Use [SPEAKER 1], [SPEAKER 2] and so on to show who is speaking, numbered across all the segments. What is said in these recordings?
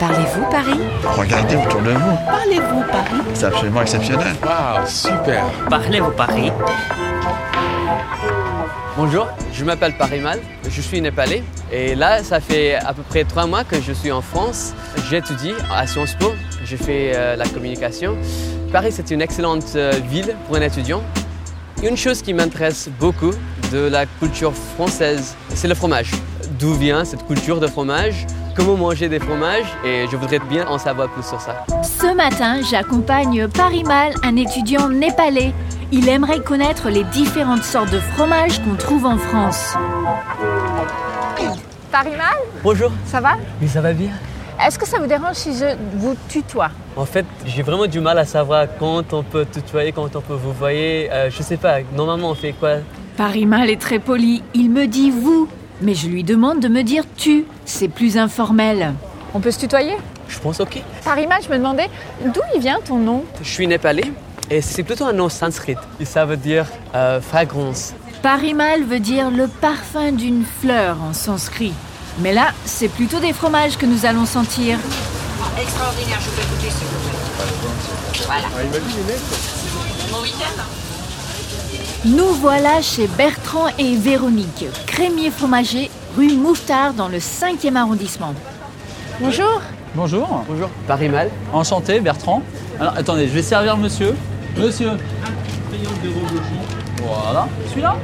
[SPEAKER 1] Parlez-vous Paris
[SPEAKER 2] Regardez autour de vous.
[SPEAKER 1] Parlez-vous Paris
[SPEAKER 2] C'est absolument exceptionnel.
[SPEAKER 3] Waouh, super
[SPEAKER 4] Parlez-vous Paris
[SPEAKER 5] Bonjour, je m'appelle Parimal, je suis népalais et là ça fait à peu près trois mois que je suis en France. J'étudie à Sciences Po, je fais euh, la communication. Paris c'est une excellente euh, ville pour un étudiant. Une chose qui m'intéresse beaucoup de la culture française, c'est le fromage. D'où vient cette culture de fromage Comment manger des fromages Et je voudrais bien en savoir plus sur ça.
[SPEAKER 6] Ce matin, j'accompagne Parimal, un étudiant népalais. Il aimerait connaître les différentes sortes de fromages qu'on trouve en France.
[SPEAKER 7] Parimal,
[SPEAKER 5] Bonjour,
[SPEAKER 7] ça va
[SPEAKER 5] mais ça va bien
[SPEAKER 7] Est-ce que ça vous dérange si je vous tutoie
[SPEAKER 5] En fait, j'ai vraiment du mal à savoir quand on peut tutoyer, quand on peut vous voyer. Euh, je sais pas, normalement on fait quoi
[SPEAKER 6] Parimal est très poli. Il me dit vous, mais je lui demande de me dire tu. C'est plus informel.
[SPEAKER 7] On peut se tutoyer
[SPEAKER 5] Je pense ok.
[SPEAKER 7] Parimal, je me demandais d'où il vient ton nom
[SPEAKER 5] Je suis népalais et c'est plutôt un nom sanskrit. Et ça veut dire euh, fragrance.
[SPEAKER 6] Parimal veut dire le parfum d'une fleur en sanskrit. Mais là, c'est plutôt des fromages que nous allons sentir.
[SPEAKER 8] Extraordinaire, je vous fais goûter s'il vous plaît.
[SPEAKER 6] Nous voilà chez Bertrand et Véronique, crémier fromager, rue Mouffetard dans le 5e arrondissement.
[SPEAKER 7] Bonjour
[SPEAKER 9] Bonjour,
[SPEAKER 5] Bonjour, Parimal.
[SPEAKER 9] enchanté Bertrand. Alors attendez, je vais servir monsieur. Monsieur. Voilà. Celui-là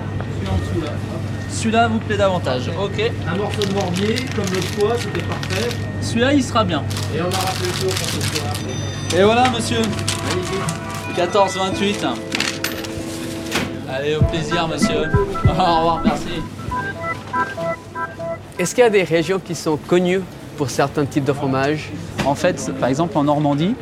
[SPEAKER 9] Celui-là vous plaît davantage. Ok.
[SPEAKER 10] Un morceau de morbier, comme le poids, c'était parfait.
[SPEAKER 9] Celui-là il sera bien.
[SPEAKER 10] Et on a rappelé le tour pour ce soir.
[SPEAKER 9] Et voilà monsieur. 14-28. Allez, au plaisir monsieur. Au revoir, merci.
[SPEAKER 5] Est-ce qu'il y a des régions qui sont connues pour certains types de fromages
[SPEAKER 9] En fait, par exemple en Normandie,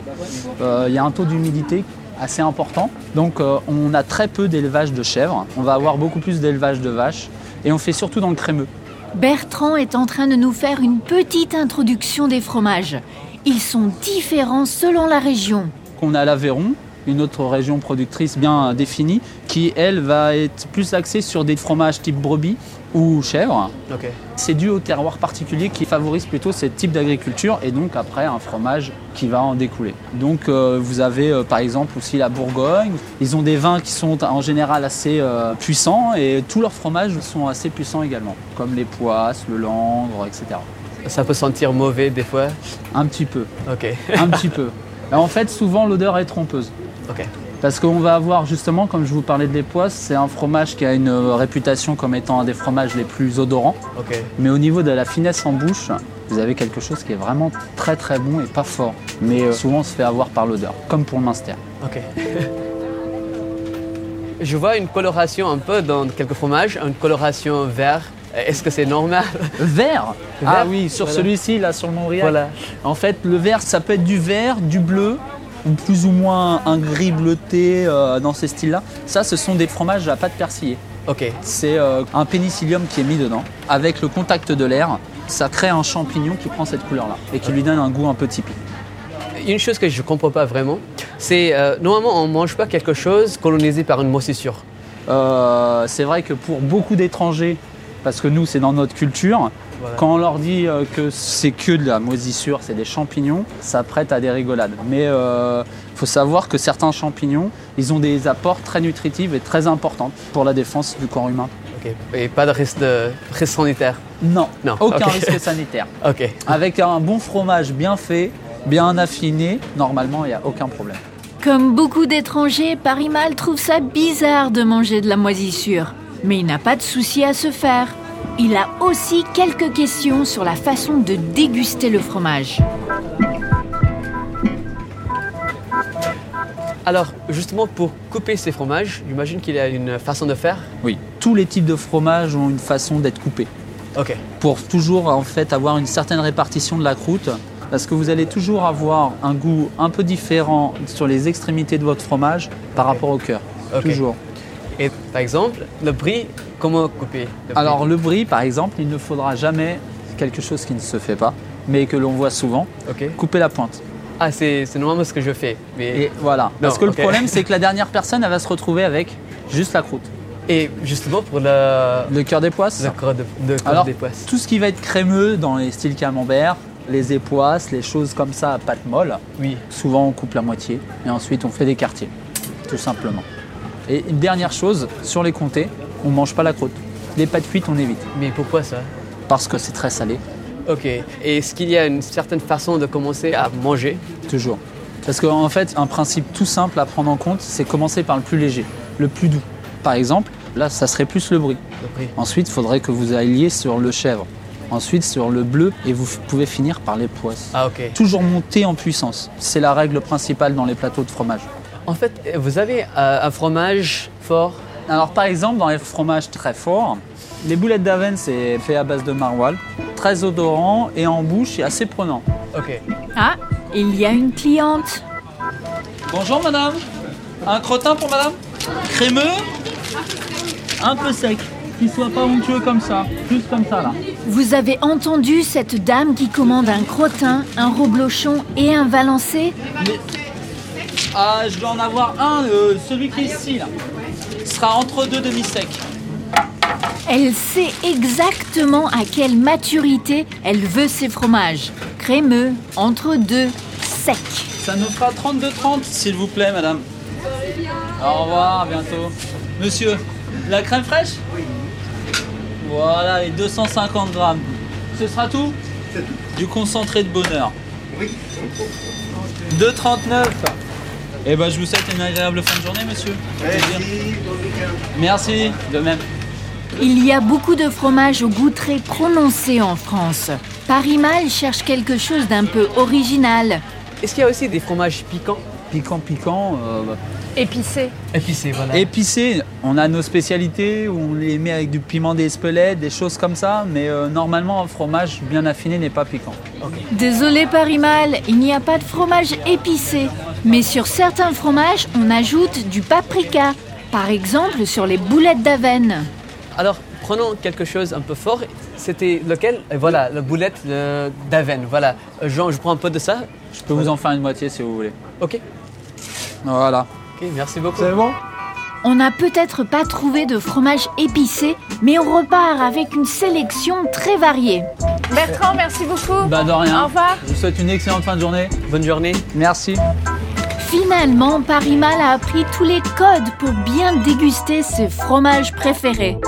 [SPEAKER 9] euh, il y a un taux d'humidité assez important. Donc euh, on a très peu d'élevage de chèvres. On va avoir beaucoup plus d'élevage de vaches. Et on fait surtout dans le crémeux.
[SPEAKER 6] Bertrand est en train de nous faire une petite introduction des fromages. Ils sont différents selon la région.
[SPEAKER 9] qu'on a l'Aveyron, une autre région productrice bien euh, définie, qui elle va être plus axée sur des fromages type brebis ou chèvre.
[SPEAKER 5] Ok.
[SPEAKER 9] C'est dû au terroir particulier qui favorise plutôt ce type d'agriculture et donc après un fromage qui va en découler. Donc euh, vous avez euh, par exemple aussi la Bourgogne, ils ont des vins qui sont en général assez euh, puissants et tous leurs fromages sont assez puissants également, comme les poisses, le langre, etc.
[SPEAKER 5] Ça peut sentir mauvais des fois.
[SPEAKER 9] Un petit peu,
[SPEAKER 5] Ok,
[SPEAKER 9] un petit peu. En fait souvent l'odeur est trompeuse.
[SPEAKER 5] ok.
[SPEAKER 9] Parce qu'on va avoir justement, comme je vous parlais de l'époisse, c'est un fromage qui a une euh, réputation comme étant un des fromages les plus odorants.
[SPEAKER 5] Ok.
[SPEAKER 9] Mais au niveau de la finesse en bouche, vous avez quelque chose qui est vraiment très très bon et pas fort. Mais euh, souvent on se fait avoir par l'odeur, comme pour le Minster.
[SPEAKER 5] Ok. Je vois une coloration un peu dans quelques fromages, une coloration vert. Est-ce que c'est normal
[SPEAKER 9] Vert Ah
[SPEAKER 5] Vert,
[SPEAKER 9] oui, sur
[SPEAKER 5] voilà.
[SPEAKER 9] celui-ci, là, sur le Montréal.
[SPEAKER 5] Voilà.
[SPEAKER 9] En fait, le vert, ça peut être du vert, du bleu, ou plus ou moins un gris bleuté euh, dans ces styles-là. Ça, ce sont des fromages à pâte persillée.
[SPEAKER 5] Ok,
[SPEAKER 9] C'est euh, un pénicillium qui est mis dedans. Avec le contact de l'air, ça crée un champignon qui prend cette couleur-là et qui lui donne un goût un peu typique.
[SPEAKER 5] une chose que je ne comprends pas vraiment, c'est euh, normalement on ne mange pas quelque chose colonisé par une moisissure.
[SPEAKER 9] Euh, c'est vrai que pour beaucoup d'étrangers, parce que nous c'est dans notre culture,
[SPEAKER 5] Voilà.
[SPEAKER 9] quand on leur dit euh, que c'est que de la moisissure, c'est des champignons, ça prête à des rigolades. Mais euh, faut savoir que certains champignons, ils ont des apports très nutritifs et très importants pour la défense du corps humain.
[SPEAKER 5] Ok. Et pas de risque, de risque sanitaire.
[SPEAKER 9] Non,
[SPEAKER 5] Non,
[SPEAKER 9] aucun
[SPEAKER 5] ok.
[SPEAKER 9] risque sanitaire.
[SPEAKER 5] Ok.
[SPEAKER 9] Avec un bon fromage bien fait, bien affiné, normalement, il n'y a aucun problème.
[SPEAKER 6] Comme beaucoup d'étrangers, Parimal trouve ça bizarre de manger de la moisissure. Mais il n'a pas de souci à se faire. Il a aussi quelques questions sur la façon de déguster le fromage.
[SPEAKER 5] Alors, justement, pour couper ces fromages, j'imagine qu'il y a une façon de faire.
[SPEAKER 9] Oui, tous les types de fromages ont une façon d'être coupés.
[SPEAKER 5] Ok.
[SPEAKER 9] pour toujours en fait avoir une certaine répartition de la croûte parce que vous allez toujours avoir un goût un peu différent sur les extrémités de votre fromage par rapport au cœur.
[SPEAKER 5] Ok.
[SPEAKER 9] Toujours.
[SPEAKER 5] Et par exemple, le brie, comment couper le brie
[SPEAKER 9] Alors le brie par exemple, il ne faudra jamais quelque chose qui ne se fait pas mais que l'on voit souvent,
[SPEAKER 5] Ok.
[SPEAKER 9] couper la pointe.
[SPEAKER 5] Ah, c'est c'est normalement ce que je fais. Mais...
[SPEAKER 9] Et voilà. parce que
[SPEAKER 5] ok.
[SPEAKER 9] le problème c'est que la dernière personne elle va se retrouver avec juste la croûte.
[SPEAKER 5] Et justement, pour le,
[SPEAKER 9] Le cœur des poisses
[SPEAKER 5] le corps de, le corps
[SPEAKER 9] Alors,
[SPEAKER 5] des poisses.
[SPEAKER 9] tout ce qui va être crémeux dans les styles camembert, les époisses, les choses comme ça à pâte molle.
[SPEAKER 5] Oui.
[SPEAKER 9] Souvent, on coupe la moitié et ensuite on fait des quartiers, tout simplement. Et une dernière chose, sur les comtés, on mange pas la croûte. Les pâtes cuites, on évite
[SPEAKER 5] Mais pourquoi ça
[SPEAKER 9] parce que c'est très salé,
[SPEAKER 5] Ok. Et est-ce qu'il y a une certaine façon de commencer à manger
[SPEAKER 9] toujours. Parce qu'en fait, un principe tout simple à prendre en compte, c'est commencer par le plus léger, le plus doux. Par exemple, là, ça serait plus le bruit. Ensuite, il faudrait que vous alliez sur le chèvre. Ensuite, sur le bleu, et vous f- pouvez finir par les poisses.
[SPEAKER 5] Ah ok.
[SPEAKER 9] Toujours monter en puissance. C'est la règle principale dans les plateaux de fromage.
[SPEAKER 5] En fait, vous avez euh, un fromage fort.
[SPEAKER 9] Alors, par exemple, dans les fromages très forts, les boulettes d'avenne, c'est fait à base de maroilles. Très odorant et en bouche, et assez prenant.
[SPEAKER 5] Ok.
[SPEAKER 6] Ah, il y a une cliente.
[SPEAKER 9] Bonjour madame. Un crottin pour madame Crémeux Un peu sec. Qu'il soit pas onctueux comme ça. Juste comme ça là.
[SPEAKER 6] Vous avez entendu cette dame qui commande un crottin, un reblochon et un valencé
[SPEAKER 9] Ah, je dois en avoir un, euh, celui qui est ici là. Ce sera entre deux demi-secs.
[SPEAKER 6] Elle sait exactement à quelle maturité elle veut ses fromages. Crémeux, entre deux, sec.
[SPEAKER 9] Ça nous fera 32,30 s'il vous plaît madame. Au revoir, à bientôt. Monsieur, la crème fraîche Oui. Voilà, les 250 grammes. Ce sera tout Du concentré de bonheur. Oui. 2,39. Eh ben, je vous souhaite une agréable fin de journée, monsieur. Merci. Merci, de même.
[SPEAKER 6] Il y a beaucoup de fromages au goût très prononcé en France. Paris Mal cherche quelque chose d'un peu original.
[SPEAKER 5] Est-ce qu'il y a aussi des fromages piquants
[SPEAKER 9] Piquant, piquant. euh, bah,
[SPEAKER 7] Épicé.
[SPEAKER 5] Épicés, voilà.
[SPEAKER 9] Épicé, on a nos spécialités où on les met avec du piment d'Espelette, des choses comme ça, mais euh, normalement un fromage bien affiné n'est pas piquant.
[SPEAKER 6] Désolé Paris Mal, il n'y a pas de fromage épicé. Mais sur certains fromages, on ajoute du paprika. Par exemple sur les boulettes d'avenne.
[SPEAKER 5] Alors, prenons quelque chose un peu fort. C'était lequel Et Voilà, la boulette euh, d'avenne. Voilà. Euh, Jean, je prends un peu de ça.
[SPEAKER 9] Je peux vous en faire une moitié si vous voulez.
[SPEAKER 5] Ok.
[SPEAKER 9] Voilà.
[SPEAKER 5] Ok, merci beaucoup.
[SPEAKER 9] bon
[SPEAKER 6] On n'a peut-être pas trouvé de fromage épicé, mais on repart avec une sélection très variée.
[SPEAKER 7] Bertrand, merci beaucoup.
[SPEAKER 9] Bah de rien.
[SPEAKER 7] Au revoir.
[SPEAKER 9] Je vous souhaite une excellente fin de journée.
[SPEAKER 5] Bonne journée.
[SPEAKER 9] Merci.
[SPEAKER 6] Finalement, Parimal a appris tous les codes pour bien déguster ses fromages préférés.